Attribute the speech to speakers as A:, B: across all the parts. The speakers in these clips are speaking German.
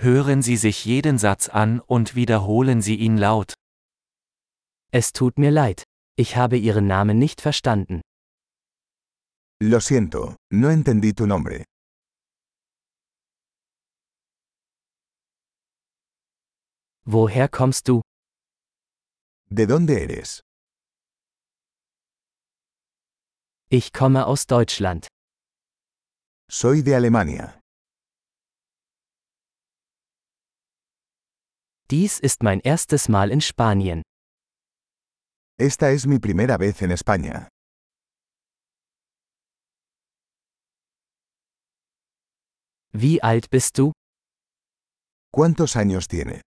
A: Hören Sie sich jeden Satz an und wiederholen Sie ihn laut.
B: Es tut mir leid. Ich habe Ihren Namen nicht verstanden.
C: Lo siento, no entendí tu nombre.
B: Woher kommst du?
C: ¿De dónde eres?
B: Ich komme aus Deutschland.
C: Soy de Alemania.
B: Dies ist mein erstes Mal in Spanien.
C: Esta es mi primera vez en España.
B: Wie alt bist du?
C: ¿Cuántos años tiene?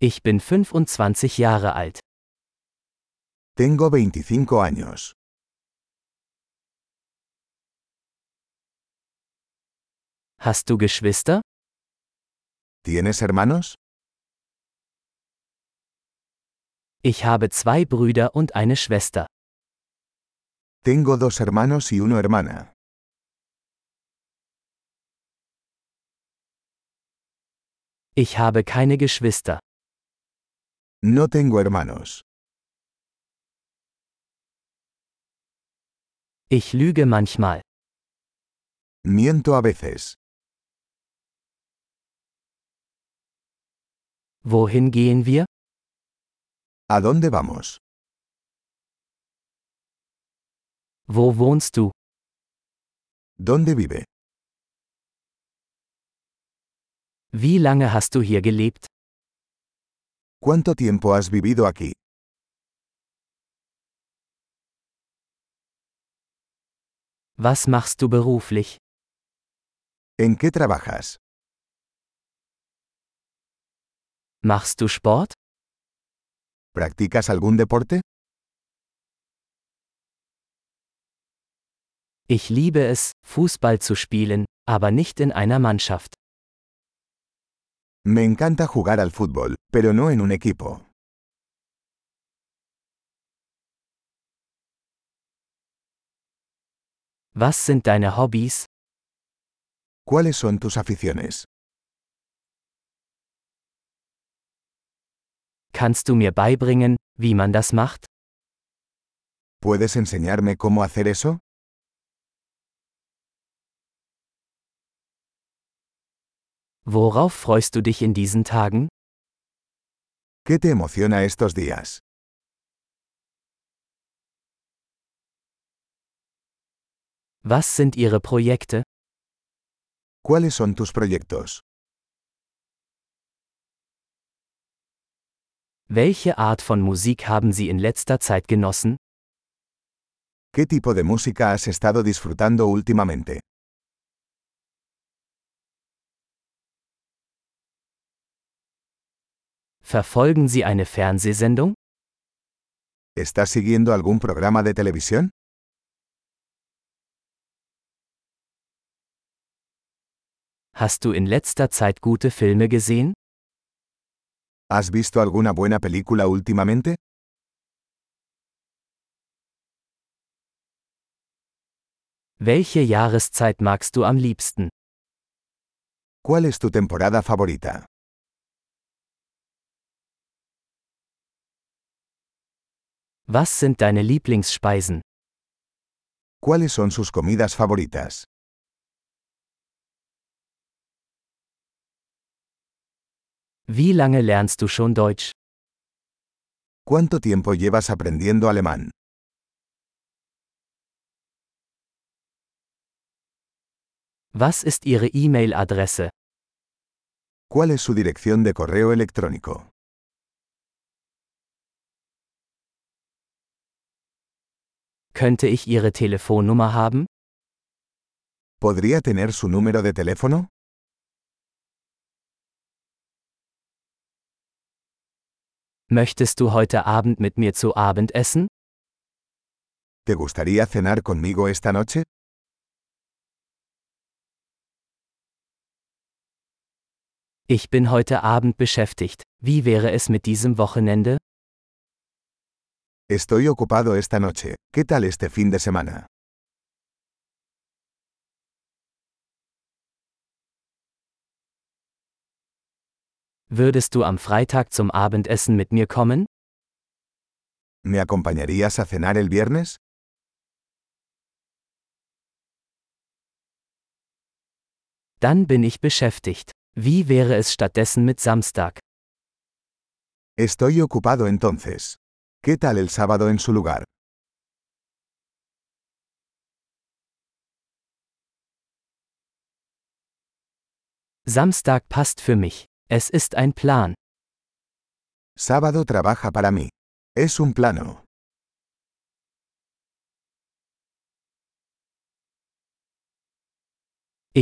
B: Ich bin 25 Jahre alt.
C: Tengo 25 años.
B: Hast du Geschwister?
C: ¿Tienes hermanos?
B: Ich habe zwei Brüder und eine Schwester.
C: Tengo dos hermanos y una hermana.
B: Ich habe keine Geschwister.
C: No tengo hermanos.
B: Ich lüge manchmal.
C: Miento a veces.
B: Wohin gehen wir?
C: ¿A dónde vamos?
B: Wo wohnst du?
C: ¿Dónde vive?
B: Wie lange hast du hier gelebt?
C: ¿Cuánto tiempo has vivido aquí?
B: Was machst du beruflich?
C: ¿En qué trabajas?
B: Machst du Sport?
C: ¿Practicas algún deporte?
B: Ich liebe es, Fußball zu spielen, aber nicht in einer Mannschaft.
C: Me encanta jugar al fútbol, pero no en un equipo.
B: Was sind deine Hobbys?
C: ¿Cuáles son tus aficiones?
B: Kannst du mir beibringen, wie man das macht?
C: ¿Puedes enseñarme cómo hacer eso?
B: Worauf freust du dich in diesen Tagen?
C: ¿Qué te emociona estos días?
B: Was sind ihre Projekte?
C: ¿Cuáles son tus proyectos?
B: Welche Art von Musik haben sie in letzter Zeit genossen?
C: ¿Qué tipo de música has estado disfrutando últimamente?
B: Verfolgen sie eine Fernsehsendung?
C: ¿Estás siguiendo algún programa de televisión?
B: Hast du in letzter Zeit gute Filme gesehen?
C: ¿Has visto alguna buena película últimamente?
B: Welche Jahreszeit magst du am liebsten?
C: ¿Cuál es tu temporada favorita?
B: Was sind deine Lieblingsspeisen?
C: ¿Cuáles son sus comidas favoritas?
B: Wie lange lernst du schon Deutsch?
C: ¿Cuánto tiempo llevas aprendiendo alemán?
B: Was ist ihre E-Mail-Adresse?
C: ¿Cuál es su dirección de correo electrónico?
B: Könnte ich ihre Telefonnummer haben?
C: ¿Podría tener su número de teléfono?
B: Möchtest du heute Abend mit mir zu Abend essen?
C: ¿Te gustaría cenar conmigo esta noche?
B: Ich bin heute Abend beschäftigt. Wie wäre es mit diesem Wochenende?
C: Estoy ocupado esta noche. ¿Qué tal este fin de semana?
B: Würdest du am Freitag zum Abendessen mit mir kommen?
C: ¿Me acompañarías a cenar el viernes?
B: Dann bin ich beschäftigt. Wie wäre es stattdessen mit Samstag?
C: Estoy ocupado entonces. ¿Qué tal el sábado en su lugar?
B: Samstag passt für mich. Es ist ein Plan.
C: Sábado trabaja para mí. Es un plano.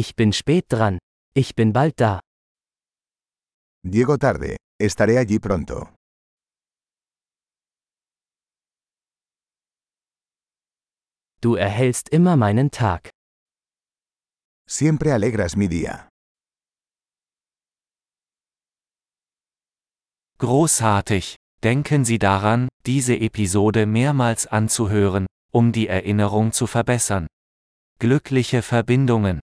B: Ich bin spät dran. Ich bin bald da.
C: Llego tarde. Estaré allí pronto.
B: Du erhältst immer meinen Tag.
C: Siempre alegras mi día.
A: Großartig! Denken Sie daran, diese Episode mehrmals anzuhören, um die Erinnerung zu verbessern. Glückliche Verbindungen!